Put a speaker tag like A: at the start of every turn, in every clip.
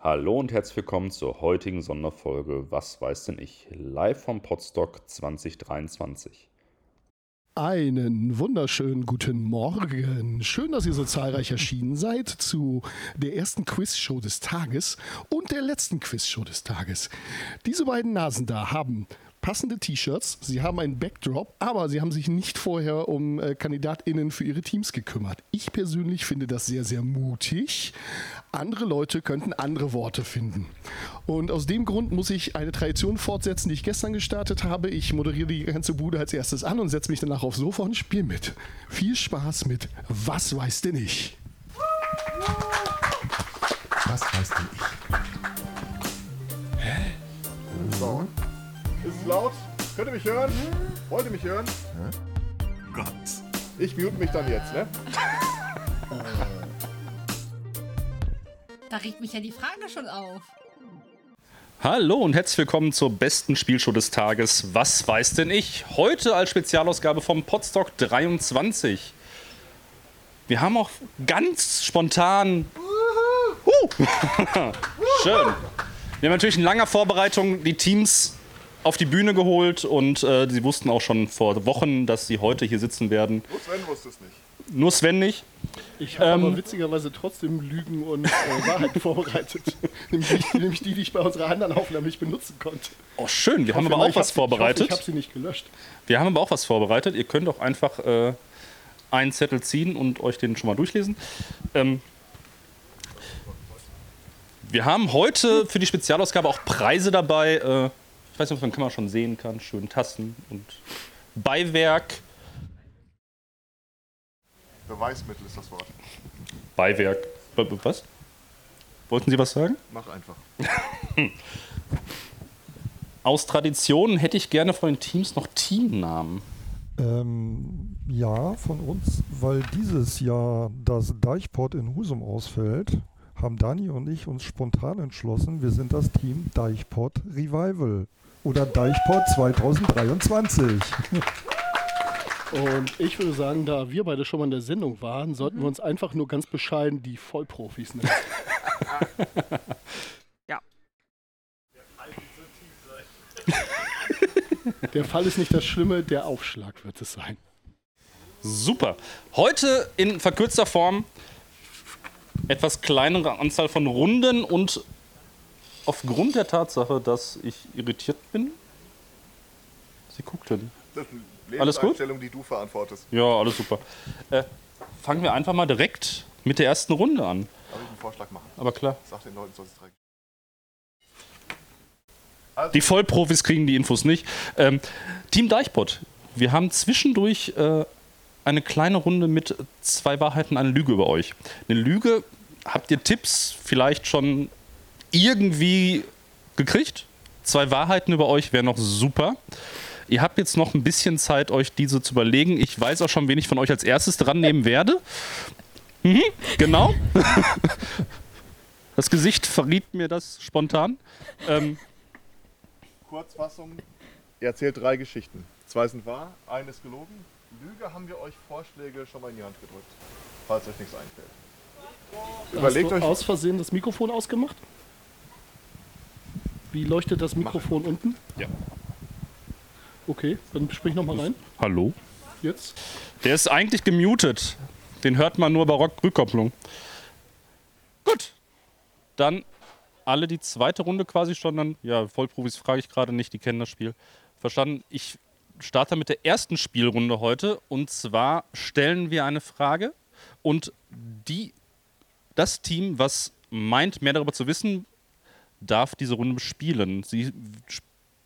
A: Hallo und herzlich willkommen zur heutigen Sonderfolge Was weiß denn ich? Live vom Podstock 2023.
B: Einen wunderschönen guten Morgen. Schön, dass ihr so zahlreich erschienen seid zu der ersten Quizshow des Tages und der letzten Quizshow des Tages. Diese beiden Nasen da haben passende T-Shirts, sie haben einen Backdrop, aber sie haben sich nicht vorher um äh, KandidatInnen für ihre Teams gekümmert. Ich persönlich finde das sehr, sehr mutig. Andere Leute könnten andere Worte finden. Und aus dem Grund muss ich eine Tradition fortsetzen, die ich gestern gestartet habe. Ich moderiere die ganze Bude als erstes an und setze mich danach aufs Sofa und spiele mit. Viel Spaß mit Was weiß denn ich?
C: Was weiß denn ich?
D: So. Ist es laut? Könnt ihr mich hören? Wollt ihr mich hören?
C: Gott.
D: Ich mute mich dann jetzt, ne?
E: Da regt mich ja die Frage schon auf.
A: Hallo und herzlich willkommen zur besten Spielshow des Tages Was weiß denn ich? Heute als Spezialausgabe vom Podstock 23. Wir haben auch ganz spontan. Huh. Schön. Wir haben natürlich in langer Vorbereitung die Teams auf die Bühne geholt und äh, sie wussten auch schon vor Wochen, dass sie heute hier sitzen werden.
D: Nur Sven wusste es nicht.
A: Nur Sven nicht.
F: Ich habe
A: Ähm.
F: aber witzigerweise trotzdem Lügen und äh, Wahrheit vorbereitet. nämlich, nämlich die, die ich bei unserer anderen Aufnahme nicht benutzen konnte.
A: Oh, schön. Wir haben aber
F: Vielleicht
A: auch was
F: hab- Ich, hoffe,
A: vorbereitet.
F: ich habe sie nicht gelöscht.
A: Wir haben aber auch was vorbereitet. Ihr könnt auch einfach äh, einen Zettel ziehen und euch den schon mal durchlesen. Ähm, wir haben heute für die Spezialausgabe auch Preise dabei. Äh, ich weiß nicht, ob man Kamera schon sehen kann. Schön Tassen und Beiwerk.
D: Beweismittel ist das Wort.
A: Beiwerk. B- b- Was? Wollten Sie was sagen?
D: Mach einfach.
A: Aus Tradition hätte ich gerne von den Teams noch Teamnamen.
G: Ähm, ja, von uns, weil dieses Jahr das Deichport in Husum ausfällt, haben Dani und ich uns spontan entschlossen, wir sind das Team Deichport Revival oder Deichport 2023.
F: Und ich würde sagen, da wir beide schon mal in der Sendung waren, sollten wir uns einfach nur ganz bescheiden die Vollprofis nennen.
H: Ja.
F: Der Fall ist nicht das Schlimme, der Aufschlag wird es sein.
A: Super. Heute in verkürzter Form etwas kleinere Anzahl von Runden und aufgrund der Tatsache, dass ich irritiert bin. Sie guckten.
D: Das ist eine
A: Alles gut?
D: Lebenseinstellung, die du verantwortest.
A: Ja, alles super. Äh, fangen wir einfach mal direkt mit der ersten Runde an.
D: Darf ich einen Vorschlag machen?
A: Aber klar.
D: Sag den Leuten, sonst direkt.
A: Die Vollprofis kriegen die Infos nicht. Ähm, Team Deichbot, wir haben zwischendurch äh, eine kleine Runde mit zwei Wahrheiten, eine Lüge über euch. Eine Lüge, habt ihr Tipps vielleicht schon irgendwie gekriegt? Zwei Wahrheiten über euch wäre noch super. Ihr habt jetzt noch ein bisschen Zeit, euch diese zu überlegen. Ich weiß auch schon, wen ich von euch als erstes dran nehmen werde. Mhm, genau. Das Gesicht verriet mir das spontan. Ähm,
D: Kurzfassung. Ihr erzählt drei Geschichten. Zwei sind wahr, eine ist gelogen. Lüge haben wir euch Vorschläge schon mal in die Hand gedrückt, falls euch nichts einfällt. Überlegt
F: Hast
D: euch,
F: du aus Versehen das Mikrofon ausgemacht? Wie leuchtet das Mikrofon unten?
A: Ja.
F: Okay, dann sprich nochmal rein.
A: Hallo?
F: Jetzt.
A: Der ist eigentlich gemutet. Den hört man nur bei Rock-Rückkopplung. Gut. Dann alle die zweite Runde quasi schon dann. Ja, Vollprofis frage ich gerade nicht, die kennen das Spiel. Verstanden. Ich starte mit der ersten Spielrunde heute. Und zwar stellen wir eine Frage. Und die, das Team, was meint, mehr darüber zu wissen, darf diese Runde spielen. Sie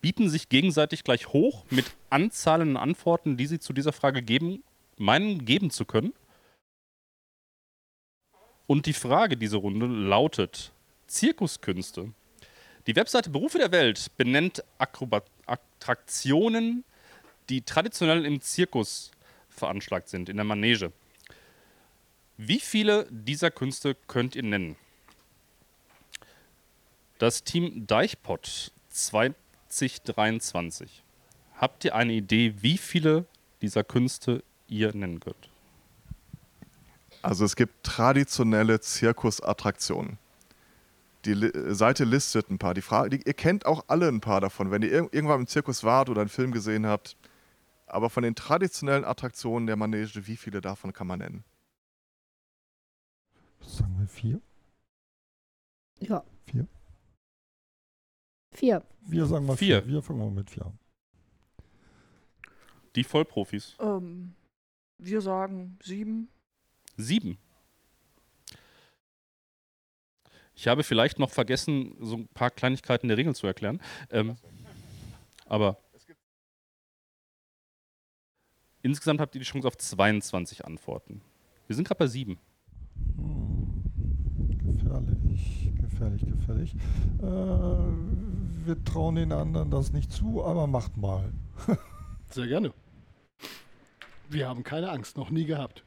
A: bieten sich gegenseitig gleich hoch mit Anzahlen und Antworten, die sie zu dieser Frage geben, meinen geben zu können. Und die Frage dieser Runde lautet: Zirkuskünste. Die Webseite Berufe der Welt benennt Akrobat Attraktionen, die traditionell im Zirkus veranschlagt sind, in der Manege. Wie viele dieser Künste könnt ihr nennen? Das Team Deichpott 2023. Habt ihr eine Idee, wie viele dieser Künste ihr nennen könnt?
D: Also es gibt traditionelle Zirkusattraktionen. Die Li äh, Seite listet ein paar. Die Frage, die, ihr kennt auch alle ein paar davon, wenn ihr irg irgendwann im Zirkus wart oder einen Film gesehen habt. Aber von den traditionellen Attraktionen der Manege, wie viele davon kann man nennen?
G: Sagen wir vier?
H: Ja.
G: Vier?
H: Vier.
G: Wir sagen mal vier.
A: Vier.
G: Wir fangen mal mit vier an.
A: Die Vollprofis.
I: Ähm, wir sagen sieben.
A: Sieben. Ich habe vielleicht noch vergessen, so ein paar Kleinigkeiten der Regeln zu erklären. Ähm, aber insgesamt habt ihr die Chance auf 22 Antworten. Wir sind gerade bei sieben.
G: Hm, Gefährlich, gefährlich, gefährlich. Äh, wir trauen den anderen das nicht zu, aber macht mal.
F: Sehr gerne. Wir haben keine Angst, noch nie gehabt.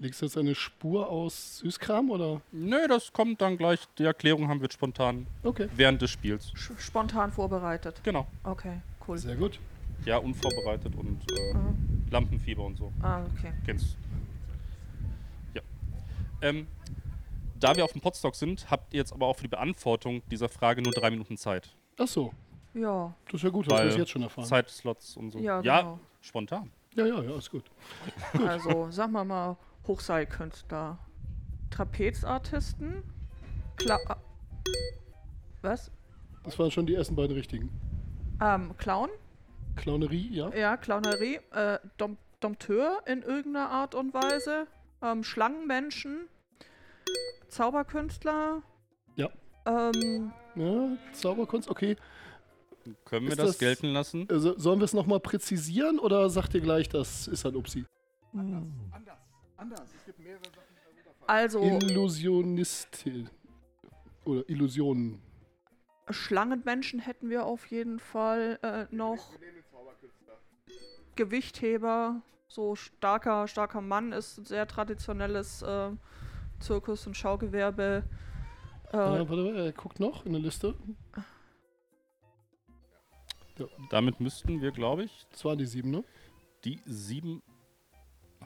F: Legst du jetzt eine Spur aus Süßkram oder?
A: Nö, das kommt dann gleich. Die Erklärung haben wir spontan
F: Okay.
A: während des Spiels.
I: Sch spontan vorbereitet.
A: Genau.
I: Okay, cool.
F: Sehr gut.
A: Ja, unvorbereitet und äh,
I: Aha.
A: Lampenfieber und so.
I: Ah, okay.
A: Kennst Ja. Ähm, da wir auf dem Podstock sind, habt ihr jetzt aber auch für die Beantwortung dieser Frage nur drei Minuten Zeit.
F: Ach so,
I: Ja,
F: das ist ja gut, dass wir
A: Weil
F: es jetzt schon erfahren.
A: Zeitslots und so.
I: Ja,
A: ja
I: genau.
A: spontan.
F: Ja, ja, ja, ist gut.
I: also sagen wir mal Hochseilkünstler, Trapezartisten, Cla Was?
F: Das waren schon die ersten beiden richtigen.
I: Ähm, Clown?
F: Clownerie, ja.
I: Ja, Clownerie, äh, Dom Dompteur in irgendeiner Art und Weise, ähm, Schlangenmenschen, Zauberkünstler.
F: Ja.
I: Ähm,
F: ja Zauberkunst, okay.
A: Können wir
F: Ist
A: das,
F: das-
A: gelten lassen?
F: Also, sollen wir es nochmal präzisieren oder sagt ihr gleich, das ist halt Upsi?
G: Hm,
D: Anders, es gibt mehrere Sachen.
I: also
F: Illusionistin. Oder Illusionen.
I: Schlangenmenschen hätten wir auf jeden Fall äh, noch. Gewichtheber, so starker, starker Mann ist ein sehr traditionelles äh, Zirkus- und Schaugewerbe. Äh,
F: Ja, warte, er guckt noch in der Liste.
A: Damit müssten wir, glaube ich,
F: Das waren die sieben, ne?
A: die sieben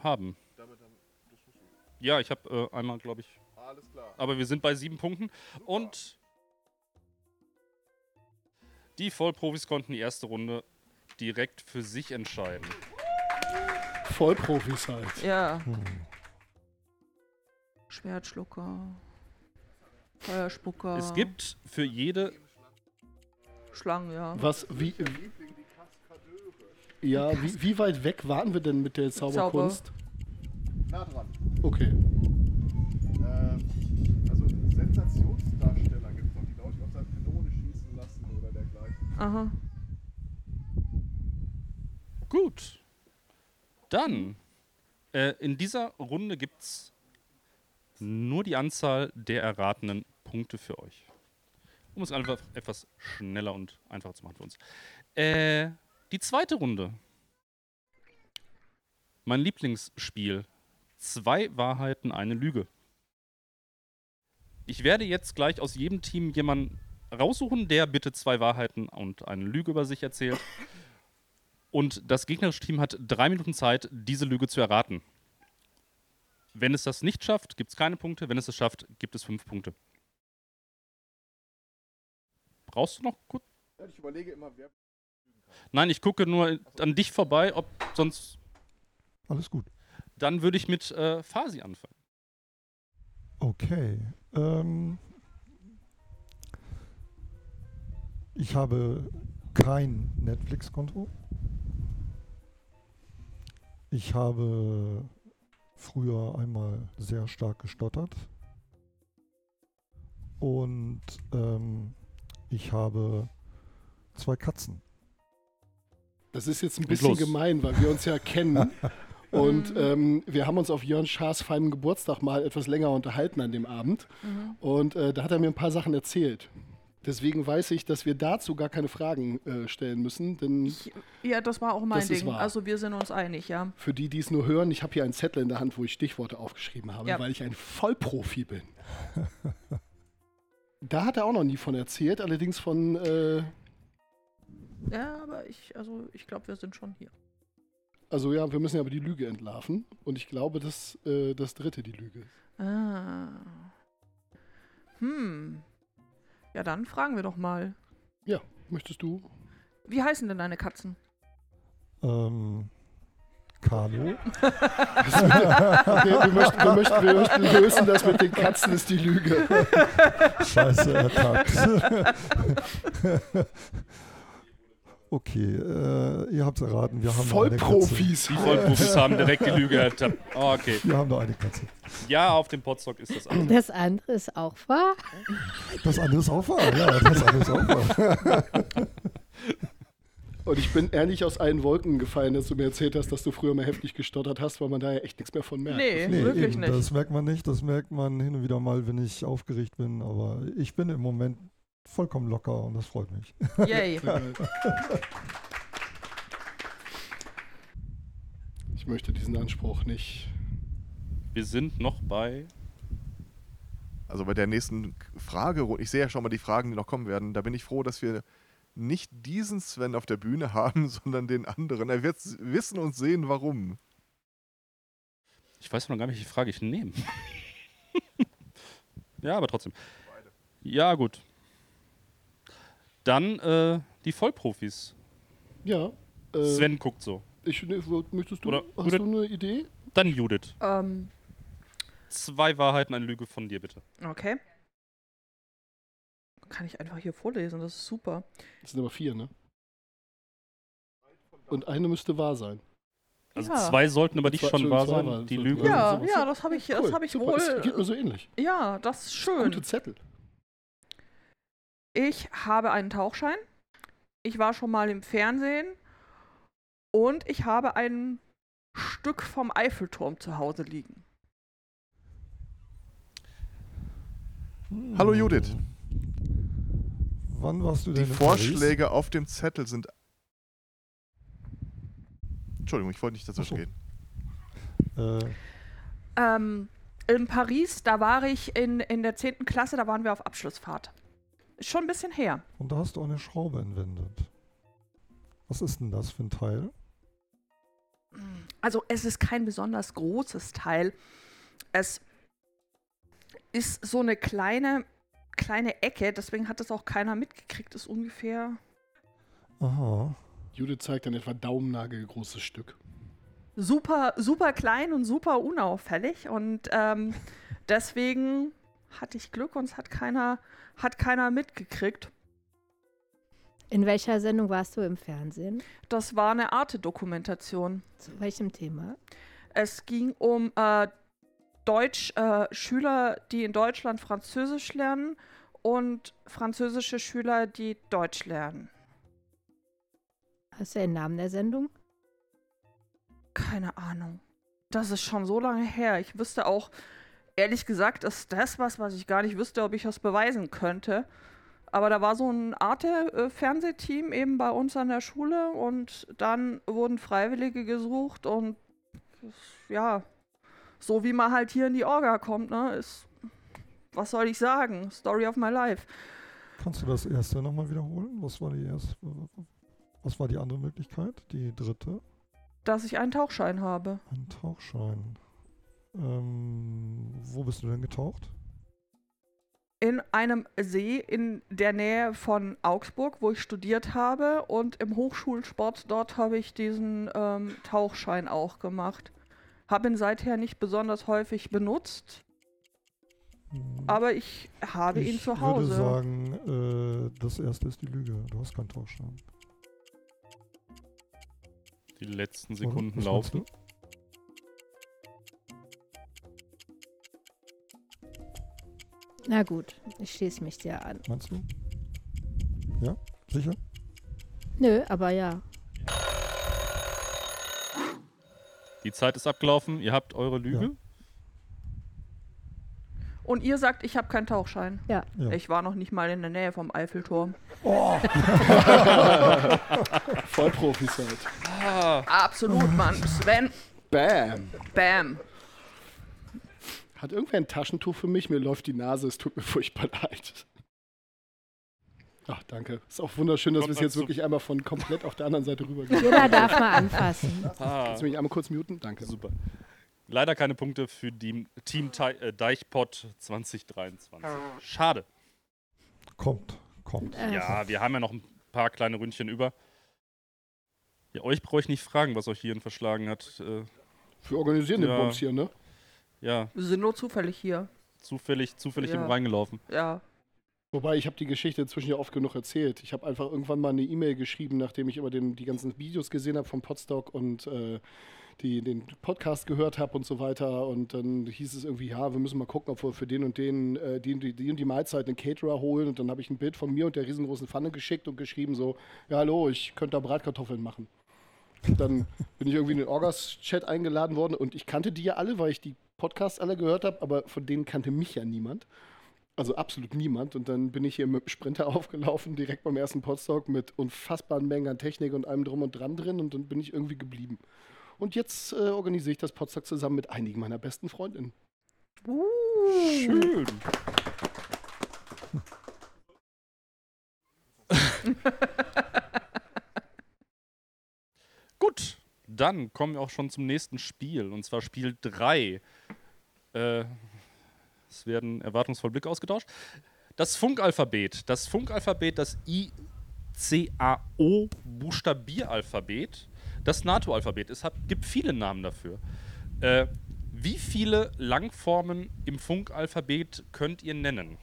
A: haben. Ja, ich habe äh, einmal, glaube ich.
D: Alles klar.
A: Aber wir sind bei sieben Punkten. Und die Vollprofis konnten die erste Runde direkt für sich entscheiden.
F: Vollprofis halt.
I: Ja.
G: Hm.
I: Schwertschlucker. Feuerspucker.
A: Es gibt für jede
I: Schlangen, ja.
F: Was, wie. Ja, wie, wie weit weg waren wir denn mit der Zauberkunst?
D: Nah dran.
F: Okay.
D: Ähm, also Sensationsdarsteller gibt es noch, die Leute auf seine Kanone schießen lassen oder dergleichen.
I: Aha.
A: Gut. Dann, äh, in dieser Runde gibt's nur die Anzahl der erratenen Punkte für euch. Um es einfach etwas schneller und einfacher zu machen für uns. Äh, die zweite Runde. Mein Lieblingsspiel. Zwei Wahrheiten, eine Lüge. Ich werde jetzt gleich aus jedem Team jemanden raussuchen, der bitte zwei Wahrheiten und eine Lüge über sich erzählt. Und das gegnerische Team hat drei Minuten Zeit, diese Lüge zu erraten. Wenn es das nicht schafft, gibt es keine Punkte. Wenn es es schafft, gibt es fünf Punkte. Brauchst du noch kurz?
D: Ich überlege immer, wer
A: Nein, ich gucke nur an dich vorbei, ob sonst.
G: Alles gut.
A: Dann würde ich mit äh, Fasi anfangen.
G: Okay. Ähm, ich habe kein Netflix-Konto. Ich habe früher einmal sehr stark gestottert. Und ähm, ich habe zwei Katzen.
F: Das ist jetzt ein
A: Und
F: bisschen
A: los.
F: gemein, weil wir uns ja kennen. Und ähm, wir haben uns auf Jörn Schaas feinem Geburtstag mal etwas länger unterhalten an dem Abend. Und äh, da hat er mir ein paar Sachen erzählt. Deswegen weiß ich, dass wir dazu gar keine Fragen äh, stellen müssen. Denn
I: Ich, ja, das war auch mein
F: Das ist
I: Ding.
F: wahr.
I: Also wir sind uns einig, ja.
F: für die, die es nur hören, ich habe hier einen Zettel in der Hand, wo ich Stichworte aufgeschrieben habe,
I: Ja.
F: weil ich ein Vollprofi bin. da hat er auch noch nie von erzählt, allerdings von äh,
I: Ja, aber ich, also ich glaube, wir sind schon hier.
F: Also ja, wir müssen ja aber die Lüge entlarven. Und ich glaube, das, äh, das dritte die Lüge. ist.
I: Ah. Hm. Ja, dann fragen wir doch mal.
F: Ja, möchtest du?
I: Wie heißen denn deine Katzen?
G: Ähm. Carlo.
F: wir, wir, möchten, wir, möchten, wir möchten lösen, das mit den Katzen ist die Lüge.
G: Scheiße, ertappt. okay, äh, ihr habt es erraten. Wir haben nur eine
F: Vollprofis.
A: Die Vollprofis haben direkt die Lüge ertappt. Oh, okay.
G: Katze. Wir haben nur eine Katze.
A: Ja, auf dem Potstock ist das alles.
H: Das andere ist auch wahr.
G: Das andere ist auch wahr. Ja, das andere ist auch wahr.
F: Und ich bin ehrlich aus allen Wolken gefallen, dass du mir erzählt hast, dass du früher mal heftig gestottert hast, weil man da ja echt nichts mehr von merkt.
I: Nee, wirklich
G: eben,
I: nicht.
G: Das merkt man nicht. Das merkt man hin und wieder mal, wenn ich aufgeregt bin. Aber ich bin im Moment vollkommen locker und das freut mich.
I: Yay.
F: Ich möchte diesen Anspruch nicht.
A: Wir sind noch bei.
D: Also bei der nächsten Frage, ich sehe ja schon mal die Fragen, die noch kommen werden. Da bin ich froh, dass wir nicht diesen Sven auf der Bühne haben, sondern den anderen. Er wird wissen und sehen, warum.
A: Ich weiß noch gar nicht, welche Frage ich nehme. ja, aber trotzdem. Ja, gut. Dann äh, die Vollprofis.
F: Ja. Äh,
A: Sven guckt so.
F: Ich, ne, wo- möchtest du,
A: Oder-
F: hast
A: oder-
F: du eine Idee?
A: Dann Judith.
I: Ähm,
A: Zwei Wahrheiten, eine Lüge von dir, bitte.
I: okay. Kann ich einfach hier vorlesen, das ist super.
F: Das sind aber vier, ne? Und eine müsste wahr sein.
A: Also
I: Ja.
A: zwei sollten über dich
F: Zwei-
A: schon wahr
F: zwei
A: sein.
F: waren-
A: die
F: so-
A: Lüge.
I: Ja,
F: sowas.
I: ja, das habe ich, das
F: Cool,
I: hab ich
F: super, Es geht mir
I: wohl.
F: so ähnlich.
I: Ja, das ist schön.
F: Gute Zettel.
I: Ich habe einen Tauchschein. Ich war schon mal im Fernsehen. Und ich habe ein Stück vom Eiffelturm zu Hause liegen.
D: Hallo, Judith.
G: Hm. Wann warst du
D: Die
G: denn in
D: Vorschläge auf dem Zettel sind. Entschuldigung, ich wollte nicht dazwischen
G: Ach
D: gehen.
G: so. Paris? Äh,
I: Ähm, in Paris, da war ich in, in der 10. Klasse, da waren wir auf Abschlussfahrt. Ist schon ein bisschen her.
G: und da hast du eine Schraube entwendet. Was ist denn das für ein Teil?
I: Also es ist kein besonders großes Teil. Es ist so eine kleine, kleine Ecke, deswegen hat das auch keiner mitgekriegt. Ist ungefähr
G: Aha.
F: Judith zeigt ein etwa daumennagelgroßes Stück.
I: super, super klein und super unauffällig. Und ähm, deswegen hatte ich Glück und es hat keiner, hat keiner mitgekriegt.
H: In welcher Sendung warst du im Fernsehen?
I: Das war eine Arte-Dokumentation.
H: Zu welchem Thema?
I: Es ging um äh, Deutsch-Schüler, äh, Schüler, die in Deutschland Französisch lernen und französische Schüler, die Deutsch lernen.
H: Hast du den Namen der Sendung?
I: Keine Ahnung. Das ist schon so lange her. Ich wüsste auch, ehrlich gesagt, ist das was, was ich gar nicht wüsste, ob ich das beweisen könnte. Aber da war so ein Arte-Fernsehteam eben bei uns an der Schule und dann wurden Freiwillige gesucht und ja, so wie man halt hier in die Orga kommt, ne, ist, was soll ich sagen? Story of my life.
G: Kannst du das erste nochmal wiederholen? Was war die erste? Was war die andere Möglichkeit? Die dritte?
I: Dass ich einen Tauchschein habe.
G: Ein Tauchschein. Ähm, wo bist du denn getaucht?
I: in einem See in der Nähe von Augsburg, wo ich studiert habe. Und im Hochschulsport dort habe ich diesen ähm, Tauchschein auch gemacht. Habe ihn seither nicht besonders häufig benutzt,
G: Hm,
I: aber ich habe ihn
G: ich
I: zu Hause.
G: würde sagen, äh, das erste ist die Lüge. Du hast keinen Tauchschein.
A: Die letzten
G: oder?
A: Sekunden
G: Was meinst
A: laufen.
H: Na gut, ich schließe mich dir an.
G: du? Meinst du? Ja? Sicher?
H: Nö, aber ja.
A: Die Zeit ist abgelaufen. Ihr habt eure Lüge.
I: Und ihr sagt, ich habe keinen Tauchschein.
H: Ja.
G: Ja.
I: Ich war noch nicht mal in der Nähe vom Eiffelturm.
F: Vollprofis halt.
A: Ah,
I: Absolut, Mann. Sven,
F: Bam.
I: bam.
F: Hat irgendwer ein Taschentuch für mich? Mir läuft die Nase, es tut mir furchtbar leid. Ach, danke. Ist auch wunderschön, dass
A: Kommt
F: wir es jetzt
A: dazu.
F: wirklich einmal von komplett auf der anderen Seite rübergehen.
H: Jeder darf mal anfassen.
A: Ah,
F: Kannst du mich einmal kurz muten? Danke.
A: super. Leider keine Punkte für die Team Tei- äh, Deichpot 2023. Schade.
G: Kommt, kommt.
H: Äh,
A: Ja, wir haben ja noch ein paar kleine Ründchen über. Ja, euch brauche ich nicht fragen, was euch hierhin verschlagen hat. Äh,
F: Wir organisieren
A: Ja.
F: den Bums hier, ne?
A: ja,
I: Wir sind nur zufällig hier.
A: zufällig, zufällig
I: Ja.
A: eben reingelaufen.
I: Ja.
F: Wobei, ich habe die Geschichte inzwischen ja oft genug erzählt. Ich habe einfach irgendwann mal eine E-Mail geschrieben, nachdem ich immer den, die ganzen Videos gesehen habe vom Podstock und äh, die, den Podcast gehört habe und so weiter. Und dann hieß es irgendwie, ja, wir müssen mal gucken, ob wir für den und den äh, die, und die, die und die Mahlzeit einen Caterer holen. Und dann habe ich ein Bild von mir und der riesengroßen Pfanne geschickt und geschrieben so, ja, hallo, ich könnte da Bratkartoffeln machen. Dann bin ich irgendwie in den Orgas-Chat eingeladen worden und ich kannte die ja alle, weil ich die Podcasts alle gehört habe, aber von denen kannte mich ja niemand. Also absolut niemand. Und dann bin ich hier mit dem Sprinter aufgelaufen, direkt beim ersten Podstock mit unfassbaren Mengen an Technik und allem drum und dran drin. Und dann bin ich irgendwie geblieben. Und jetzt äh, organisiere ich das Podstock zusammen mit einigen meiner besten Freundinnen.
I: Uh,
A: Schön. Gut, dann kommen wir auch schon zum nächsten Spiel, und zwar Spiel 3. Äh, es werden erwartungsvoll Blicke ausgetauscht. Das Funkalphabet. Das Funkalphabet, das ICAO-Buchstabieralphabet, das NATO-Alphabet. Es hat, gibt viele Namen dafür. Äh, wie viele Langformen im Funkalphabet könnt ihr nennen?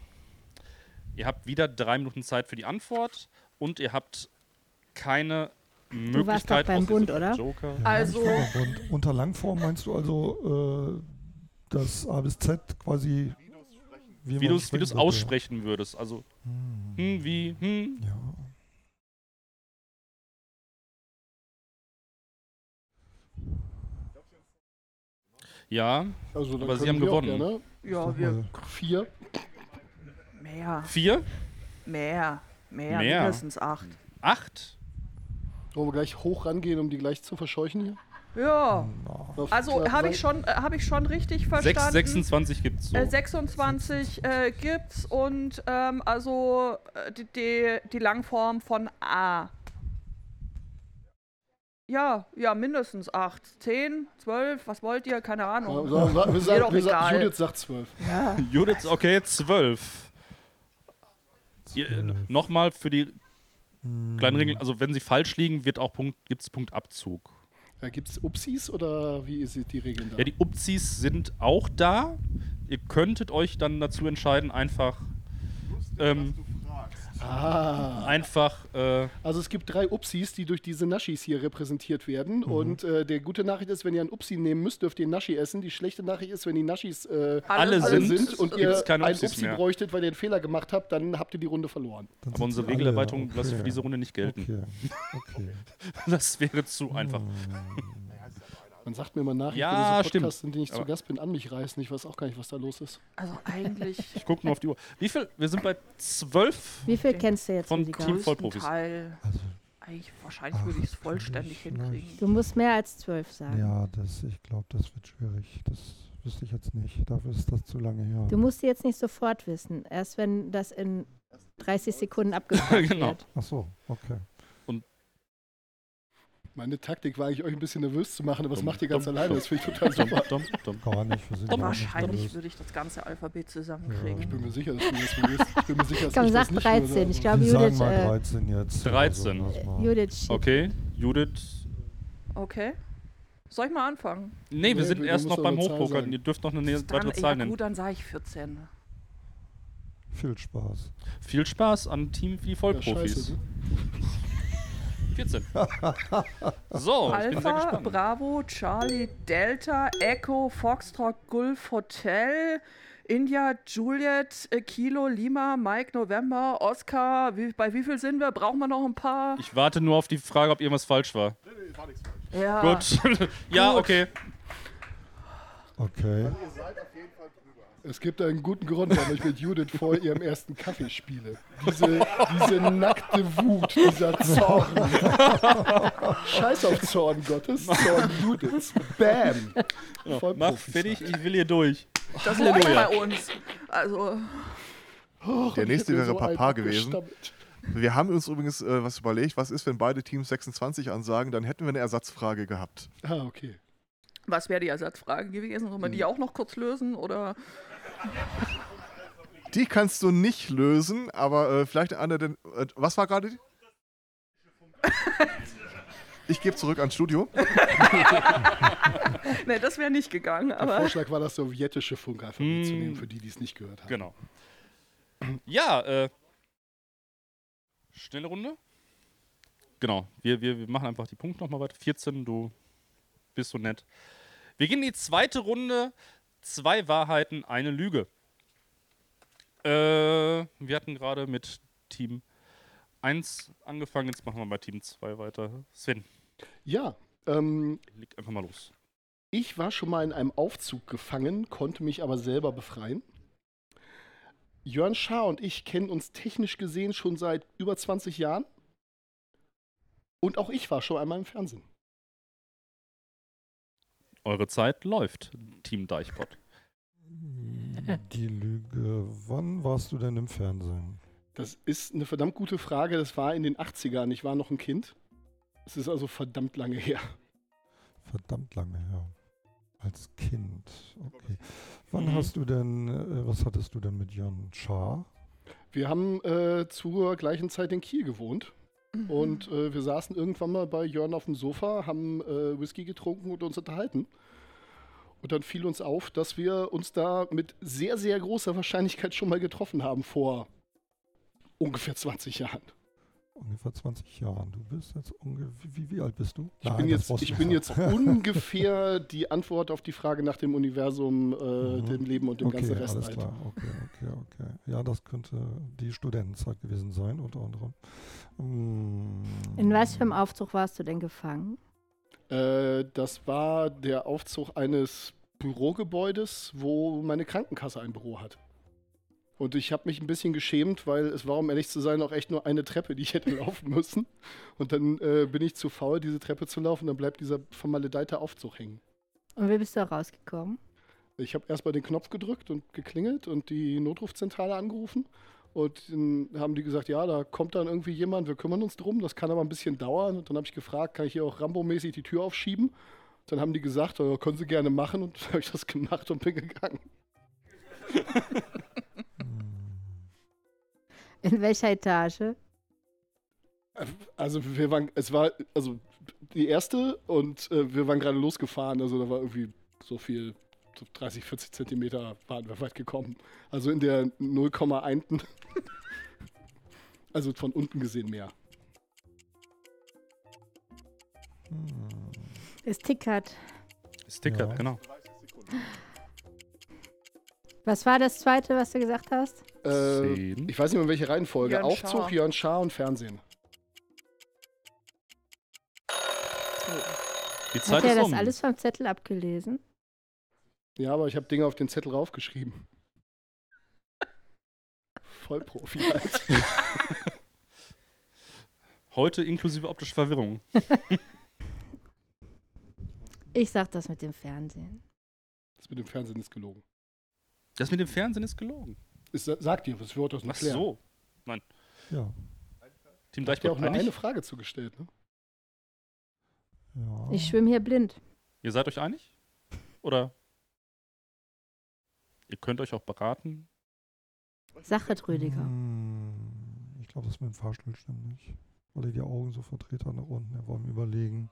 A: Ihr habt wieder drei Minuten Zeit für die Antwort und ihr habt keine Möglichkeit. aus
H: warst doch beim
A: diesem
H: Bund, oder?
A: Joker.
G: Ja,
I: Also-
G: ich war mal bunt. unter Langform meinst du also äh, das A bis Z quasi,
A: Wie
G: man
A: du es wie
G: sprechen
A: du's
G: würde?
A: aussprechen würdest. Also,
G: Hm.
A: hm, wie, hm.
G: Ja.
A: Ja,
F: Also, dann
A: Aber sie
F: können
A: haben
F: wir auch
A: gewonnen.
F: Gerne.
I: ja,
G: Sag
I: wir.
G: mal,
F: Vier.
I: Mehr.
A: vier,
I: Mehr. Mehr.
A: Mehr.
I: Mindestens acht.
A: acht.
F: Wollen wir gleich hoch rangehen, um die gleich zu verscheuchen hier?
I: Ja.
G: na,
F: Auf-
I: Also
F: klar,
I: habe
F: weil-
I: ich, schon, äh, hab ich schon richtig
A: Sechs,
I: verstanden.
A: 26 gibt es so.
I: Äh, 26 äh, gibt's und ähm, also äh, die, die, die Langform von A. Ja, ja, mindestens 8, 10, 12, was wollt ihr? Keine
F: Ja,
I: Ahnung.
F: so, wa- wir
I: doch
F: sagen, wir
I: egal.
F: sagen, Judith sagt zwölf.
A: Judith, okay, zwölf. Ihr, äh,
G: Zwölf.
A: Nochmal für die
G: Hm.
A: kleinen Regeln, also wenn sie falsch liegen, wird auch Punkt, gibt es Punktabzug.
F: Ja, Gibt es Upsis oder wie sind die Regeln da?
A: Ja, die Upsis sind auch da. Ihr könntet euch dann dazu entscheiden, einfach, ähm,
F: ah.
A: einfach, äh,
F: Also es gibt drei Upsis, die durch diese Naschis hier repräsentiert werden.
A: Mhm.
F: Und äh, der gute Nachricht ist, wenn ihr einen Upsi nehmen müsst, dürft ihr einen Naschi essen. Die schlechte Nachricht ist, wenn die Naschis äh, alle
A: alle sind,
F: sind und ihr
A: gibt's keine
F: einen
A: Upsis
F: Upsi
A: mehr.
F: bräuchtet, weil ihr einen Fehler gemacht habt, dann habt ihr die Runde verloren.
G: Dann
A: aber
G: sind
A: unsere
G: sie alle,
A: Regelerweiterung
G: okay.
A: lassen wir für diese Runde nicht gelten.
G: Okay, Hm. okay.
A: Das wäre zu einfach.
F: Man sagt mir immer nach,
A: Ja,
F: ich will diese Podcasts,
A: stimmt.
F: in denen ich zu
A: Aber-
F: Gast bin, an mich reißen. Ich weiß auch gar nicht, was da los ist.
I: Also eigentlich
A: Ich gucke nur auf die Uhr. Wie viel? Wir sind bei zwölf.
H: Wie viel kennst du jetzt,
A: Von
H: Musiker?
A: Team-
I: größten
A: Vollprofis.
I: Teil.
G: Also,
I: Eigentlich, wahrscheinlich würde ich es
G: Ach,
I: vollständig
G: kann ich
I: hinkriegen.
H: Du musst mehr als zwölf sagen.
G: ja, das, ich glaube, das wird schwierig. Das wüsste ich jetzt nicht. Dafür ist das zu lange her.
H: Du musst die jetzt nicht sofort wissen. Erst wenn das in 30 Sekunden abgefragt
A: Genau.
H: wird.
G: Ach so, okay.
F: Meine Taktik war eigentlich, euch ein bisschen nervös zu machen, aber das
A: Dumm,
F: macht ihr ganz
A: dumm,
F: alleine. Das finde ich total
A: Dum,
F: super.
A: dum, dum.
G: Gar nicht. Wir sind gar nicht
I: Wahrscheinlich
G: nervös.
I: würde ich das ganze Alphabet
G: Ja.
F: Ich bin
I: zusammenkriegen.
F: mir sicher, dass du das willst. Ich bin mir sicher, dass
H: Komm,
F: ich
H: sag
F: das nicht
H: 13. Ich
F: Will,
H: glaube,
G: Wir sagen
H: Judith,
G: mal
H: äh,
G: 13 jetzt.
A: 13.
G: Also, lass mal.
H: Judith schiebt.
A: Okay, Judith.
I: Okay. Soll ich mal anfangen?
A: Nee, wir
F: Nee,
A: sind
F: du
A: erst
F: musst
A: noch beim
F: aber eine Zahl
A: Hochpokern.
F: sagen.
A: Ihr dürft noch eine nä- weitere
I: ja,
A: Zahl nennen.
I: gut, dann sage ich 14.
G: Viel Spaß.
A: Viel Spaß an Team für die
F: ja, scheiße,
A: Vollprofis.
F: ne?
A: 14. So, Oh, ich bin sehr
I: Alpha,
A: gespannt.
I: Bravo, Charlie, Delta, Echo, Foxtrot, Gulf, Hotel, India, Juliet, äh, Kilo, Lima, Mike, November, Oscar. Wie, bei wie viel sind wir? Brauchen wir noch ein paar?
A: Ich warte nur auf die Frage, ob irgendwas falsch war.
I: ja.
A: Gut. ja,
I: Gut.
A: okay.
G: Okay.
F: Es gibt einen guten Grund, warum ich mit Judith vor ihrem ersten Kaffee spiele. Diese, diese nackte Wut, dieser Zorn. Scheiß auf Zorn Gottes, Zorn Judiths. Bam! Voll
A: Mach
F: Profis.
A: fertig, ich will hier durch.
I: das läuft
A: Halleluja.
I: bei uns. Also,
F: Och,
D: Der
F: ich
D: nächste
F: hab mir
D: wäre
F: einen
D: Papa gewesen.
F: abgestammelt.
D: Wir haben uns übrigens äh, was überlegt, was ist, wenn beide Teams 26 ansagen, dann hätten wir eine Ersatzfrage gehabt.
F: Ah, okay.
A: Hm.
I: was wäre die Ersatzfrage gewesen? Sollen wir die auch noch kurz lösen? Oder
D: Die kannst du nicht lösen, aber äh, vielleicht eine der. Äh, was war gerade die? Ich gebe zurück ans Studio.
I: nee, das wäre nicht gegangen,
F: Der
I: aber
F: Vorschlag war, das sowjetische Funkalphabet zu
A: Mm.
F: nehmen, für die, die es nicht gehört haben.
A: Genau. Ja, äh. Schnelle Runde. Genau. Wir, wir, wir machen einfach die Punkte nochmal weiter. 14, du bist so nett. Wir gehen in die zweite Runde. Zwei Wahrheiten, eine Lüge. Äh, wir hatten gerade mit Team 1 angefangen. Jetzt machen wir bei Team 2 weiter. Sven,
F: Ja, ähm,
A: leg einfach mal los.
F: ich war schon mal in einem Aufzug gefangen, konnte mich aber selber befreien. Jörn Schaar und ich kennen uns technisch gesehen schon seit über 20 Jahren. Und auch ich war schon einmal im Fernsehen.
A: Eure Zeit läuft, Team Deichpott.
G: Die Lüge. Wann warst du denn im Fernsehen?
F: Das ist eine verdammt gute Frage. Das war in den 80ern. Ich war noch ein Kind. Es ist also verdammt lange her.
G: Verdammt lange her. Als Kind. Okay. Wann
F: Mhm.
G: hast du denn, äh, was hattest du denn mit Jan Schaar?
F: Wir haben äh, zur gleichen Zeit in Kiel gewohnt. Und äh, wir saßen irgendwann mal bei Jörn auf dem Sofa, haben äh, Whisky getrunken und uns unterhalten. Und dann fiel uns auf, dass wir uns da mit sehr, sehr großer Wahrscheinlichkeit schon mal getroffen haben vor ungefähr 20 Jahren.
G: Ungefähr 20 Jahren. Du bist jetzt ungefähr, wie, wie alt bist du?
F: Ich bin jetzt, ich bin jetzt
G: ungefähr.
F: ungefähr die Antwort auf die Frage nach dem Universum, äh,
G: Mhm.
F: dem Leben und dem
G: okay,
F: ganzen Rest.
G: alles
F: alt.
G: klar. Okay, okay, okay. Ja, das könnte die Studentenzeit gewesen sein, unter anderem. Mm.
H: In was für einem Aufzug warst du denn gefangen?
F: Äh, das war der Aufzug eines Bürogebäudes, wo meine Krankenkasse ein Büro hat. Und ich habe mich ein bisschen geschämt, weil es war, um ehrlich zu sein, auch echt nur eine Treppe, die ich hätte laufen müssen. Und dann äh, bin ich zu faul, diese Treppe zu laufen. Dann bleibt dieser vermaledeite Aufzug hängen.
H: Und wie bist du da rausgekommen?
F: Ich habe erstmal den Knopf gedrückt und geklingelt und die Notrufzentrale angerufen. Und dann haben die gesagt, ja, da kommt dann irgendwie jemand, wir kümmern uns drum, das kann aber ein bisschen dauern. Und dann habe ich gefragt, kann ich hier auch Rambo-mäßig die Tür aufschieben? Dann haben die gesagt, ja, können sie gerne machen. Und dann habe ich das gemacht und bin gegangen.
H: In welcher Etage?
F: Also wir waren, es war, also die erste und äh, wir waren gerade losgefahren. Also da war irgendwie so viel, so 30, 40 Zentimeter waren wir weit gekommen. Also in der 0,1. also von unten gesehen mehr.
G: Hm.
H: Es tickert.
A: Sticker,
G: Ja.
A: genau.
H: Was war das zweite, was du gesagt hast?
F: Äh,
A: Zehn.
F: ich weiß nicht mehr, in welche Reihenfolge.
I: Jörn
F: Aufzug,
I: Schaar.
F: Jörn Schaar und Fernsehen.
A: Die Zeit
H: Hat er
A: ist
H: das
A: um.
H: alles vom Zettel abgelesen?
F: Ja, aber ich habe Dinge auf den Zettel raufgeschrieben. Vollprofi halt.
A: Heute inklusive optische Verwirrung.
H: Ich sag das mit dem Fernsehen.
F: Das mit dem Fernsehen ist gelogen.
A: Das mit dem Fernsehen ist gelogen.
F: Ist, sagt ihr, was wird das
A: Ach
F: nicht klären?
A: so.
G: Ja,
A: Team
F: Ich habe
A: Deichpott,
F: auch nur
A: einig?
F: eine Frage zugestellt. Ne?
G: ja.
H: Ich schwimme hier blind.
A: Ihr seid euch einig? Oder ihr könnt euch auch beraten?
H: Sache, Rüdiger.
G: Hm, Ich glaube, das mit dem Fahrstuhl stimmt nicht. Weil er die Augen so verdreht hat nach unten. Er war im Überlegen.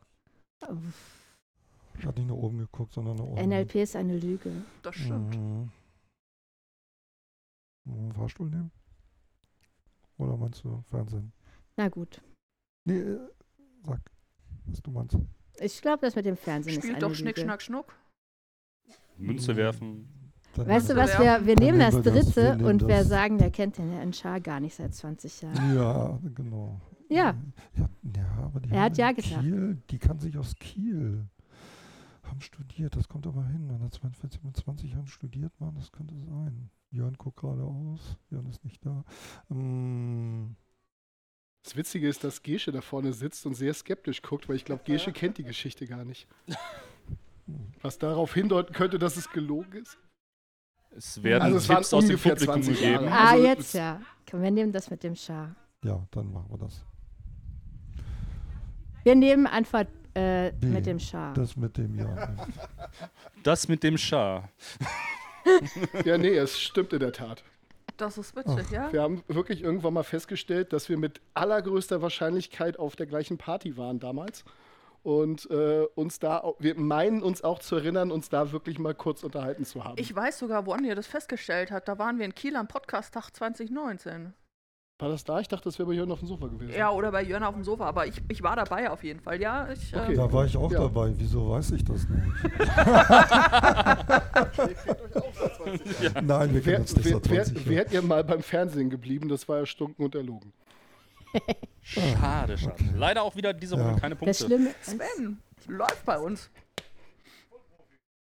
G: Ich hat nicht nach oben geguckt, sondern nach unten.
H: NLP ist eine Lüge.
I: das stimmt.
G: Mhm. Hm, Fahrstuhl nehmen? Oder meinst du Fernsehen?
H: Na gut.
G: Nee, äh, sag, was du meinst.
H: Ich glaube, das mit dem Fernsehen ist
I: Spielt
H: eine
I: doch
H: Lüge.
I: Schnick, Schnack, Schnuck.
A: Münze
F: Hm.
A: werfen.
G: Dann
H: Weißt du
G: nehmen
H: was, wir, wir
G: Dann
H: nehmen
G: nehmen
H: das
G: wir das, wir
H: dritte
G: nehmen
H: und wir
G: das.
H: sagen, der kennt den Herrn Schaar gar nicht seit 20 Jahren.
G: wir- Ja, genau.
H: Ja,
G: Ja, ja, aber die
H: Er
G: haben
H: hat ja
G: in
H: gesagt.
G: Kiel, die kann sich aus Kiel. Haben studiert, das kommt aber hin. Wenn er 42 mit 20 Jahren studiert war, das könnte sein. Jörn guckt gerade aus. Jörn ist nicht da. Ähm,
F: Das Witzige ist, dass Gesche da vorne sitzt und sehr skeptisch guckt, weil ich glaube, Gesche kennt die Geschichte gar nicht. Was darauf hindeuten könnte, dass es gelogen ist.
A: Es werden
F: Also es waren
A: Tipps aus dem
F: ungefähr
A: Publikum
F: 20
A: gegeben.
F: Jahre.
H: ah,
F: Also,
H: jetzt
F: es-
H: ja. Komm, wir nehmen das mit dem Schaar.
G: ja, dann machen wir das.
H: Wir nehmen Antwort äh,
G: B.
H: mit dem Schaar.
G: Das mit dem Jahr.
A: Das mit dem Schar.
F: Ja, nee, es stimmt in der Tat.
I: Das ist witzig, ja?
F: Wir haben wirklich irgendwann mal festgestellt, dass wir mit allergrößter Wahrscheinlichkeit auf der gleichen Party waren damals. Und äh, uns da, au- wir meinen uns auch zu erinnern, uns da wirklich mal kurz unterhalten zu haben.
I: Ich weiß sogar, wo Anja das festgestellt hat. Da waren wir in Kiel am Podcast-Tag 2019.
F: war das da? Ich dachte, das wäre bei Jörn auf dem Sofa gewesen.
I: Ja, oder bei Jörn auf dem Sofa. Aber ich, ich war dabei auf jeden Fall. Ja, ich, äh,
F: Okay.
G: Da war ich auch
F: Ja.
G: dabei. Wieso weiß ich das nicht? Nein, wir kennen
F: Wer,
G: uns nicht
F: wer,
G: seit
F: wer,
G: 20 Jahren.
F: wärt ihr mal beim Fernsehen geblieben? Das war ja stunken und erlogen.
G: Ah,
A: Schade, schade. Leider auch wieder diese Runde
G: Ja.
A: keine
H: Das
A: Punkte.
H: Schlimme ist,
I: Sven, läuft bei uns.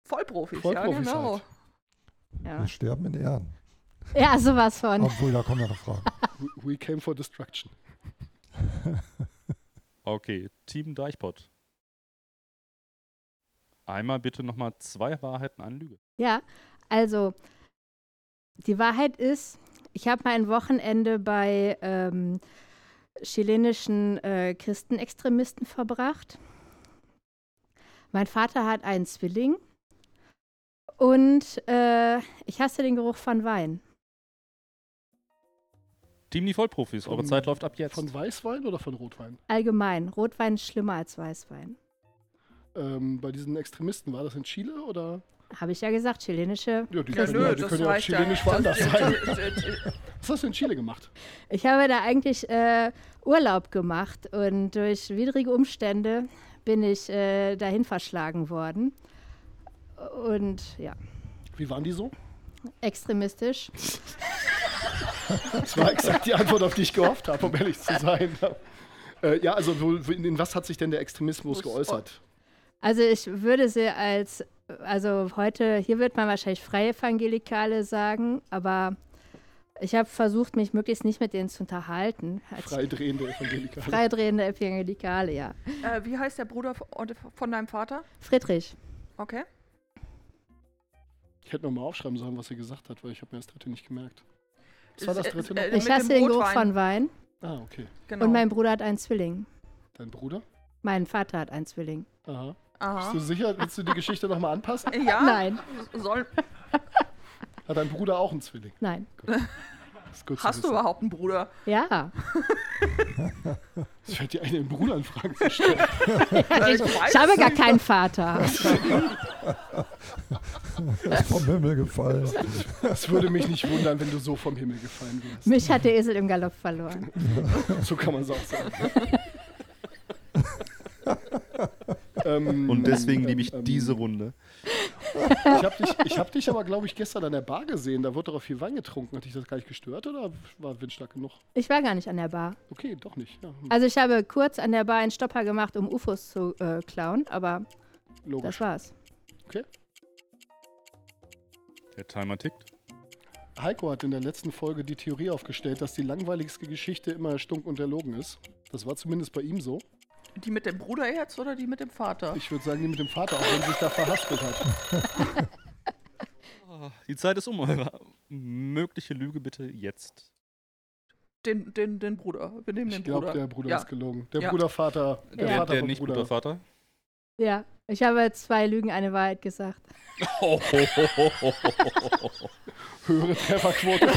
I: Vollprofis,
F: Vollprofis
I: ja, genau.
F: halt.
H: ja.
G: Wir sterben in Ehren.
H: ja, sowas von.
G: Obwohl, da kommen ja noch Fragen.
F: We- We came for destruction.
A: Okay, Team Deichpott. Einmal bitte nochmal zwei Wahrheiten, eine Lüge.
H: Ja, also die Wahrheit ist, ich habe mein Wochenende bei ähm, chilenischen äh, Christenextremisten verbracht. Mein Vater hat einen Zwilling und äh, ich hasse den Geruch von Wein.
A: Team die Vollprofis, eure
F: Von-
A: Zeit läuft ab jetzt.
F: Von Weißwein oder von Rotwein?
H: Allgemein, Rotwein ist schlimmer als Weißwein.
F: Ähm, bei diesen Extremisten, war das in Chile oder?
H: Habe ich ja gesagt, chilenische.
F: Ja, die
I: Ja,
F: können ja,
I: nö,
F: die
I: das
F: können ja auch
I: reicht ja.
F: chilenisch woanders sein.
I: Das-
F: Was hast du in Chile gemacht?
H: Ich habe da eigentlich äh, Urlaub gemacht und durch widrige Umstände bin ich äh, dahin verschlagen worden. Und ja,
F: Wie waren die so?
H: extremistisch.
F: Das war exakt die Antwort, auf die ich gehofft habe, um ehrlich zu sein. Äh, ja, also wo- wo- in in was hat sich denn der Extremismus
I: Muss- Oh,
F: geäußert?
H: Also ich würde sie als, also heute, hier wird man wahrscheinlich freie Evangelikale sagen, aber ich habe versucht, mich möglichst nicht mit denen zu unterhalten. Als
F: Freidrehende Evangelikale.
H: freidrehende Evangelikale, ja.
I: äh, wie heißt der Bruder von von deinem Vater?
H: Friedrich,
I: Okay.
F: Ich hätte nochmal aufschreiben sollen, was sie gesagt hat, weil ich habe mir das dritte nicht gemerkt. Was war das
I: Äh,
F: dritte
I: äh,
F: noch?
I: mit
H: ich
I: dem
H: hasse den Geruch
I: Rotwein,
H: von Wein
F: Ah, okay.
I: Genau.
H: und mein Bruder hat einen Zwilling.
F: Dein Bruder?
H: Mein Vater hat einen Zwilling.
F: Aha. Bist du
I: Aha.
F: sicher, willst du die Geschichte nochmal anpassen?
I: Ja,
H: Nein,
I: Soll,
F: Hat dein Bruder auch einen Zwilling?
H: nein.
F: Ist gut zu
I: hast du
F: wissen.
I: überhaupt einen Bruder?
H: Ja.
F: Ich werde dir einen Bruder in Fragen zu stellen.
I: Äh,
H: Ich
I: ich weiß
H: habe
I: es
H: gar
I: nicht.
H: keinen Vater.
G: Vom Himmel gefallen.
F: Es würde mich nicht wundern, wenn du so vom Himmel gefallen würdest.
H: Mich hat der Esel im Galopp verloren.
F: So kann man es auch sagen. Ähm,
D: Und deswegen liebe ich
F: ähm, ähm,
D: diese Runde.
F: Ich habe dich, ich hab dich aber, glaube ich, gestern an der Bar gesehen. Da wurde doch auch viel Wein getrunken. Hat dich das gar nicht gestört oder war windstark genug?
H: Ich war gar nicht an der Bar.
F: Okay, doch nicht. Ja, hm,
H: Also ich habe kurz an der Bar einen Stopper gemacht, um UFOs zu äh, klauen, aber das
F: logisch.
H: war's.
A: Der Timer tickt.
F: Heiko hat in der letzten Folge die Theorie aufgestellt, dass die langweiligste Geschichte immer stunk und erlogen ist. Das war zumindest bei ihm so.
I: Die mit dem Bruder jetzt oder die mit dem Vater?
F: Ich würde sagen, die mit dem Vater, auch wenn sie sich da verhaspelt hat.
A: Die Zeit ist um. Eure mögliche Lüge bitte jetzt.
I: Den, den, den Bruder. Wir nehmen den
F: Ich glaube,
I: Bruder.
F: der Bruder
I: Ja.
F: ist gelogen. Der
I: Ja.
F: Bruder, Vater, der
H: Ja.
A: Der,
F: Vater
A: der
F: vom
A: nicht
F: Bruder.
A: guter Vater.
H: Ja, ich habe zwei Lügen, eine Wahrheit gesagt.
F: Höhere Trefferquote.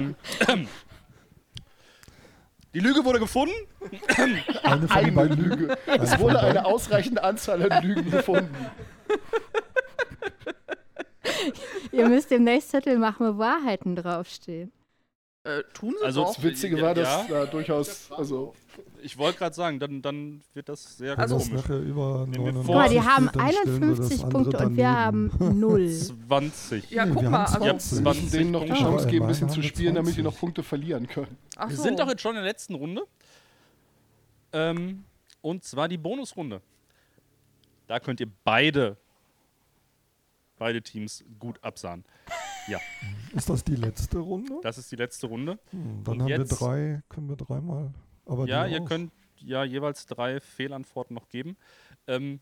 A: Moment. ähm, die Lüge wurde gefunden.
G: Eine von den
F: Eine
G: beiden
F: Lüge.
G: Eine
F: Es
G: von
F: wurde
G: beiden.
F: eine ausreichende Anzahl an Lügen gefunden.
H: Ihr müsst demnächst Zettel machen, wo Wahrheiten draufstehen.
I: äh, tun sie
A: Also-
I: also, auch.
F: Das Witzige war, dass
A: Ja.
F: da durchaus, also
A: Ich wollte gerade sagen, dann, dann wird das sehr
G: Wenn das
A: komisch.
G: nachher über
A: Nehmen wir
G: 99
A: vor.
H: Guck mal, die
G: steht,
H: haben
G: dann stellen wir das
H: 51
G: andere
H: Punkte und wir haben
G: daneben.
H: null.
A: 20.
I: Ja,
G: Nee,
I: guck
G: wir
I: mal.
G: haben's
I: Also,
A: Ihr habt
F: wir müssen
A: 20
F: denen noch die
A: Punkte.
F: Chance geben,
G: Aber
F: ein
G: immerhin
F: bisschen
G: haben
F: zu
G: wir
F: spielen, damit die
G: 20.
F: noch Punkte verlieren können.
I: ach
A: Wir
I: so.
A: sind doch jetzt schon in der letzten Runde. Ähm, und zwar die Bonusrunde. Da könnt ihr beide, beide Teams gut absahen.
G: Ist das die letzte Runde?
A: Das ist die letzte Runde.
G: Hm, dann
A: Und
G: haben wir
A: jetzt-
G: drei, können wir dreimal. Aber
A: Ja,
G: die
A: ihr
G: auch.
A: könnt ja jeweils drei Fehlantworten noch geben. Ähm,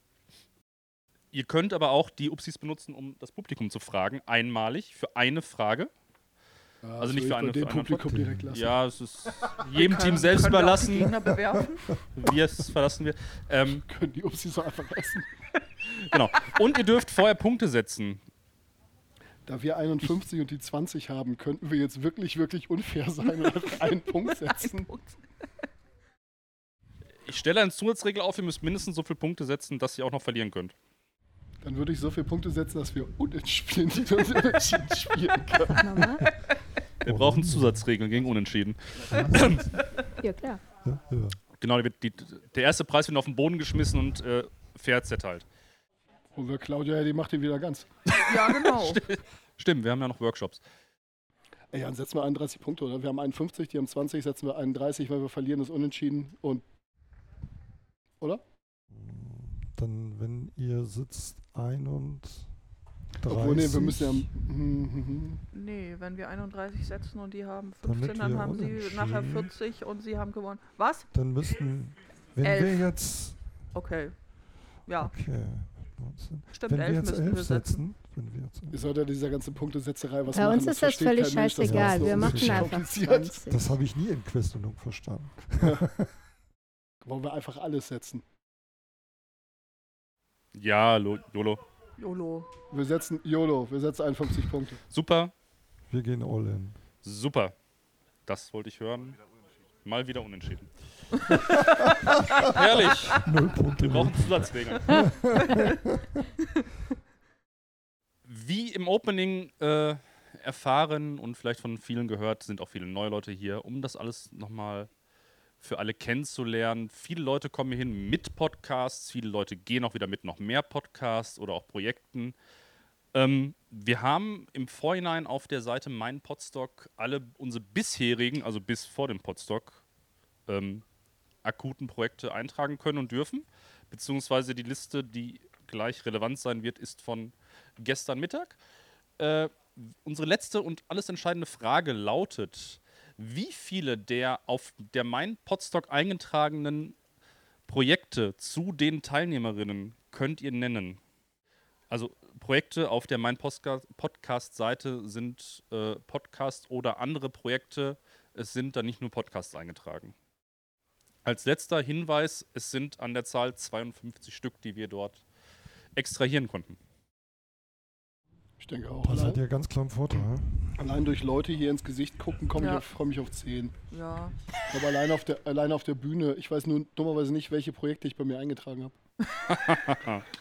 A: ihr könnt aber auch die Upsis benutzen, um das Publikum zu fragen, einmalig für eine Frage.
F: Das
A: also nicht
F: will Also ich
A: für eine-
F: bei dem
A: für eine
F: Publikum direkt lassen.
A: Ja, es ist jedem
I: Können-
A: Team selbst
I: können wir auch die
A: überlassen.
I: Gegner bewerfen?
A: Wir es verlassen wir. Ähm,
F: Können die Upsi so einfach essen?
A: genau. Und ihr dürft vorher Punkte setzen.
F: Da wir 51 und die 20 haben, könnten wir jetzt wirklich, wirklich unfair sein und einen Punkt setzen.
A: Ich stelle eine Zusatzregel auf, ihr müsst mindestens so viele Punkte setzen, dass ihr auch noch verlieren könnt.
F: Dann würde ich so viele Punkte setzen, dass wir unentschieden unentschieden spielen können.
H: Nochmal?
A: Wir brauchen Zusatzregeln gegen Unentschieden.
H: Ja, klar.
G: Ja, ja.
A: Genau, die, die, der erste Preis wird auf den Boden geschmissen und äh, fair zerteilt.
F: Und wir Claudia, ja, die macht den wieder ganz.
I: Ja, genau.
A: Stimmt, wir haben ja noch Workshops.
F: Ey, dann setzen wir 31 Punkte, oder? Wir haben 51, die haben 20, setzen wir 31, weil wir verlieren, ist unentschieden und. Oder?
G: Dann, wenn ihr sitzt, 31.
F: Obwohl, nee, wir müssen ja. Hm, hm, hm.
I: Nee, wenn wir 31 setzen und die haben
G: Damit
I: 15, dann
G: wir
I: haben sie
G: unentschieden-
I: nachher 40 und sie haben gewonnen. Was?
G: Dann müssten. Wenn wir
I: Elf.
G: jetzt.
I: Okay. Ja,
G: Okay. 19.
I: stimmt,
G: Wenn wir
I: 11
G: jetzt
I: müssen
G: 11
I: wir setzen.
G: setzen. Wenn wir jetzt
F: Ihr sollt ja dieser ganzen Punktesetzerei was
H: Bei
F: machen.
H: uns ist das
F: versteht
H: völlig
F: kein Mensch, das
G: war
H: scheißegal.
G: so
H: Wir machen
G: unentschieden.
H: einfach
F: kompliziert.
H: 20.
G: das habe ich nie in Questlung verstanden.
F: Wollen wir einfach alles setzen.
A: Ja, Lo- Lolo.
I: YOLO.
F: Wir setzen YOLO, wir setzen 51 Punkte.
A: Super,
G: Wir gehen all in.
A: super. Das wollte ich hören. Mal wieder unentschieden. Herrlich.
G: Null Punkte.
A: Wir brauchen Zusatzregeln. Wie im Opening äh, erfahren und vielleicht von vielen gehört, sind auch viele neue Leute hier, um das alles nochmal für alle kennenzulernen. Viele Leute kommen hier hin mit Podcasts, viele Leute gehen auch wieder mit noch mehr Podcasts oder auch Projekten. Ähm, wir haben im Vorhinein auf der Seite Mein Podstock alle unsere bisherigen, also bis vor dem Podstock, ähm, akuten Projekte eintragen können und dürfen. Beziehungsweise die Liste, die gleich relevant sein wird, ist von gestern Mittag. Äh, unsere letzte und alles entscheidende Frage lautet: Wie viele der auf der Mein Podstock eingetragenen Projekte zu den Teilnehmerinnen könnt ihr nennen? Also Projekte auf der Mein Postka- Podcast-Seite sind äh, Podcast oder andere Projekte. Es sind da nicht nur Podcasts eingetragen. Als letzter Hinweis, es sind an der Zahl 52 Stück, die wir dort extrahieren konnten.
F: Ich denke auch.
G: Das hat
F: Allein,
G: ja ganz klar einen Vorteil.
F: allein durch Leute hier ins Gesicht gucken, komme ich
I: Ja.
F: auf, freue mich auf 10.
I: Ja.
F: Ich glaube, allein auf, der, allein auf der Bühne, ich weiß nur dummerweise nicht, welche Projekte ich bei mir eingetragen habe.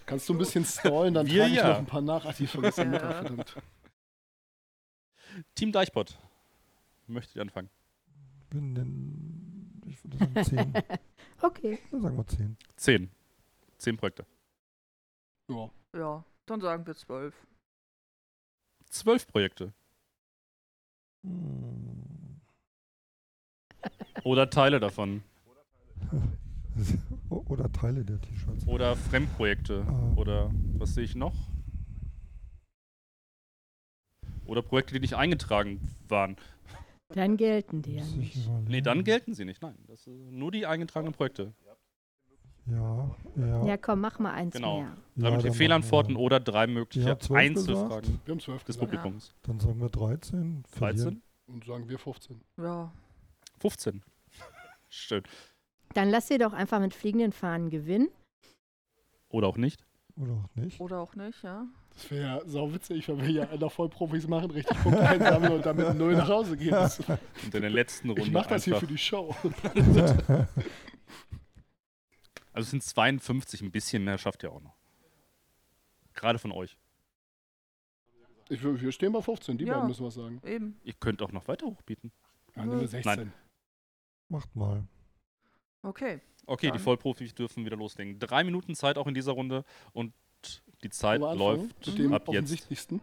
F: Kannst du ein bisschen stallen, dann
A: Wir
F: trage ich
A: ja.
F: noch ein paar nach. Ach, die vergessen
I: Ja.
F: ja. verdammt.
A: Team Deichbot, möchtet ihr anfangen?
G: Bin denn, ich würde sagen 10.
H: Okay.
G: Dann sagen wir 10.
A: Zehn. Zehn Projekte.
F: Ja.
I: Ja, dann sagen wir 12.
A: Zwölf Projekte.
G: Hm.
A: Oder Teile davon.
G: O- Hm. Oder Teile der T-Shirts.
A: Oder Fremdprojekte.
G: Ah.
A: Oder was sehe ich noch? Oder Projekte, die nicht eingetragen waren.
H: Dann gelten die ja
G: Muss ich
H: nicht.
G: überlegen.
A: Nee, dann gelten sie nicht. Nein, das sind nur die eingetragenen Projekte.
G: Ja, ja.
H: Ja, komm, mach mal eins
A: Genau.
H: mehr.
G: ja,
A: Damit
G: dann
A: ihr
G: machen
A: Fehlantworten
G: wir-
A: oder drei mögliche
G: Ja, zwölf
A: Einzelfragen
G: gesagt.
F: Wir haben 12
A: des
F: gesagt.
A: Publikums.
G: Dann sagen wir 13.
A: 13?
G: verlieren.
F: Und sagen wir 15.
I: Ja.
A: 15. Schön.
H: Dann lass sie doch einfach mit fliegenden Fahnen gewinnen.
A: Oder auch nicht.
G: Oder auch nicht.
I: Oder auch nicht, ja.
F: Das wäre ja sauwitzig, wenn wir hier einer Vollprofis machen, richtig Punkte einsammeln und damit null nach Hause gehen. Das,
A: Und in der letzten Runde.
F: ich mache das hier
A: einfach.
F: für die Show.
A: Also es sind 52, ein bisschen mehr schafft ihr auch noch. Gerade von euch.
F: Ich, wür- wir stehen bei 15, die
I: Ja.
F: beiden müssen was sagen.
I: Eben.
A: Ihr könnt auch noch weiter hochbieten.
F: Ja, nehmen wir 16.
G: Macht mal.
I: Okay.
A: Okay,
I: Dann.
A: die Vollprofis dürfen wieder loslegen. Drei Minuten Zeit auch in dieser Runde und die Zeit
F: Wollen wir anfangen?
A: läuft
F: Mit dem
A: ab jetzt.
F: offensichtlichsten.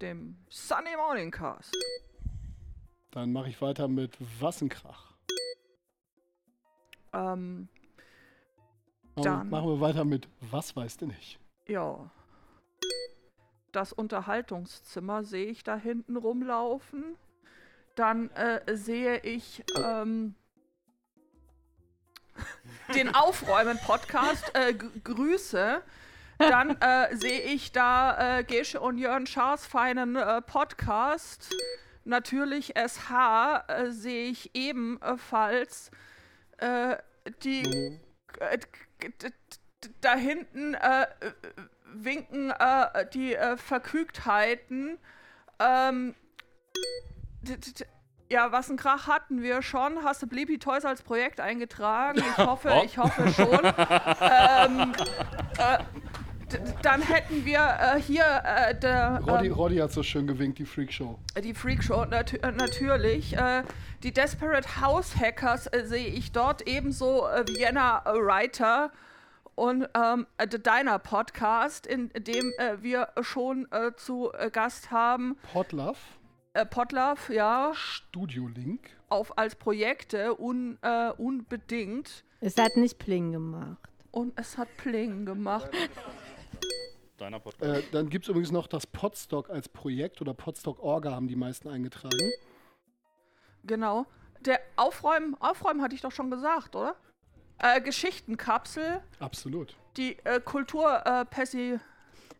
I: Dem Sunny Morning Cast.
F: Dann mache ich weiter mit Wassenkrach.
I: Ähm,
F: Und
I: Dann-
F: machen wir weiter mit Was weißt du nicht?
I: ja. Das Unterhaltungszimmer sehe ich da hinten rumlaufen. Dann äh, sehe ich ähm, den Aufräumen-Podcast. Äh, G- Grüße. Dann äh, sehe ich da äh, Gesche und Jörn Schaas feinen äh, Podcast. Natürlich SH äh, sehe ich äh, ebenfalls äh, die äh, d- d- d- da hinten äh, winken äh, die äh, Verkügtheiten. Ähm, d- d- d- ja, was ein Krach hatten wir schon. Hast du Bleepy Toys als Projekt eingetragen? Ich hoffe,
A: Oh.
I: ich hoffe schon. ähm, äh, d- d- dann hätten wir äh, hier äh, der,
F: Roddy,
I: ähm,
F: Roddy hat so schön gewinkt, die Freakshow.
I: die Freakshow natü äh, natürlich. Äh, die Desperate House Hackers äh, sehe ich dort ebenso äh, Vienna Writer und ähm, äh, The Diner Podcast, in dem äh, wir schon äh, zu äh, Gast haben.
F: Potlove,
I: Äh, Potlove, ja,
F: Studio Link.
I: auf als Projekte un, äh, unbedingt.
H: Es hat nicht Pling gemacht.
I: Und es hat Pling gemacht.
A: Deiner Podcast.
F: Äh, dann gibt es übrigens noch das Podstock als Projekt oder Podstock Orga haben die meisten eingetragen.
I: Genau. Der Aufräumen, Aufräumen hatte ich doch schon gesagt, oder? Äh, Geschichtenkapsel,
F: Absolut.
I: die äh, Kultur äh, Pessi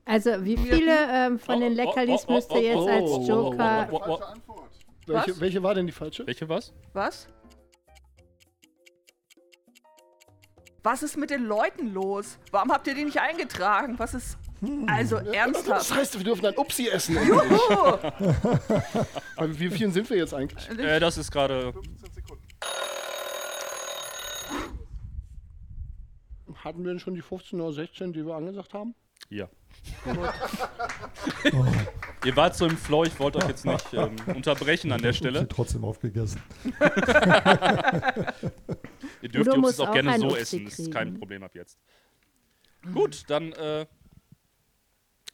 H: Also wie viele ähm, von
A: Oh,
H: den
A: oh,
H: Leckerlis
A: oh, oh,
H: müsst ihr
A: oh,
H: jetzt
F: oh, oh, oh,
H: als Joker...
A: Wo- wo-
D: Antwort.
F: Welche, welche war denn die falsche?
A: Welche was?
I: Was? Was ist mit den Leuten los? Warum habt ihr die nicht eingetragen? Was ist. Also
F: Das
I: ernsthaft. Oh,
F: heißt, wir dürfen ein Upsi essen.
I: Juhu!
F: Bei wie vielen sind wir jetzt eigentlich?
A: Äh, das ist gerade.
D: 15 Sekunden.
F: Hatten wir denn schon die 15 oder 16, die wir angesagt haben?
A: Ja. Ihr wart so im Flow, ich wollte euch jetzt nicht ähm, unterbrechen an der
G: Sie
A: Stelle.
G: trotzdem aufgegessen.
A: Ihr dürft die
H: Udo
A: Obst
H: muss
A: auch
H: auch
A: gerne
H: einen
A: so
H: Obst
A: essen, das ist
H: kriegen.
A: kein Problem ab jetzt. Gut, dann äh,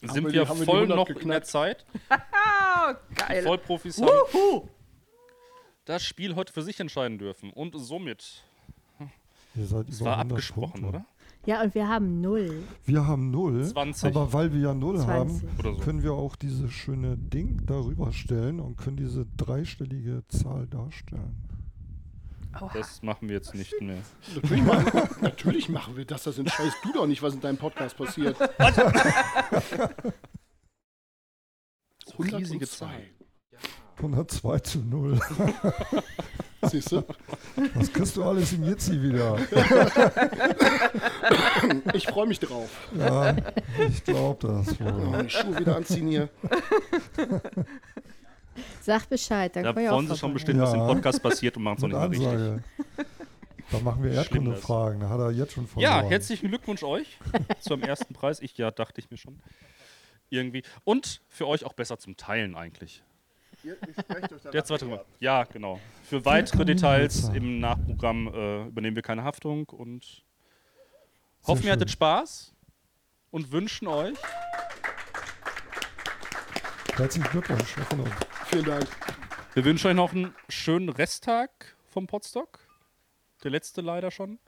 A: sind
F: wir die-
A: wir,
F: haben wir die
A: voll
F: 100
A: noch in der
F: geknackt?
A: Zeit.
I: Ah,
A: Die
I: geil.
A: Vollprofis haben das Spiel heute für sich entscheiden dürfen. Und somit,
G: Ihr seid
A: es
G: über
A: war
G: 100
A: abgesprochen,
G: Punkte.
A: oder?
H: Ja, und wir haben null.
G: Wir haben null,
A: 20.
G: aber weil wir ja null
H: 20.
G: haben,
A: Oder so.
G: können wir auch dieses schöne Ding darüber stellen und können diese dreistellige Zahl darstellen.
A: Das machen wir jetzt nicht mehr.
F: Natürlich machen, natürlich machen wir das. Das entscheidest du doch nicht, was in deinem Podcast passiert. 102.
A: riesige Zahl.
G: 102 zu 0.
F: Siehst du?
G: Was kriegst du alles im Jitsi wieder?
F: Ich freue mich drauf.
G: Ja, ich glaube das
F: Oh,
G: wohl.
F: meine Schuhe wieder anziehen hier.
H: Sag Bescheid, dann
A: Da
H: können wir auch
A: wollen sie schon
H: vorbei.
A: bestimmt, was im
G: Ja.
A: Podcast passiert und machen es auch
G: Mit
A: nicht mehr richtig.
G: Ansage. Da machen wir
A: Schlimm,
G: Erdkunde-Fragen. Da hat er jetzt schon
A: Ja,
G: verloren.
A: herzlichen Glückwunsch euch zum ersten Preis. Ich ja, dachte ich mir schon. Irgendwie. Und für euch auch besser zum Teilen eigentlich.
D: Ihr, ihr sprecht euch danach
A: Der zweite
D: wieder ab.
A: Ja, genau. Für weitere Details
G: Kaminhölzer.
A: im Nachprogramm äh, übernehmen wir keine Haftung und hoffen,
G: schön.
A: ihr hattet Spaß und wünschen euch
G: Herzlichen Glückwunsch. genau. Von uns.
F: Vielen Dank.
A: Wir wünschen euch noch einen schönen Resttag vom Podstock. Der letzte leider schon.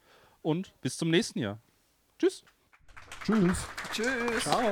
A: Und bis zum nächsten Jahr. Tschüss.
G: Tschüss.
I: Tschüss.
F: Ciao.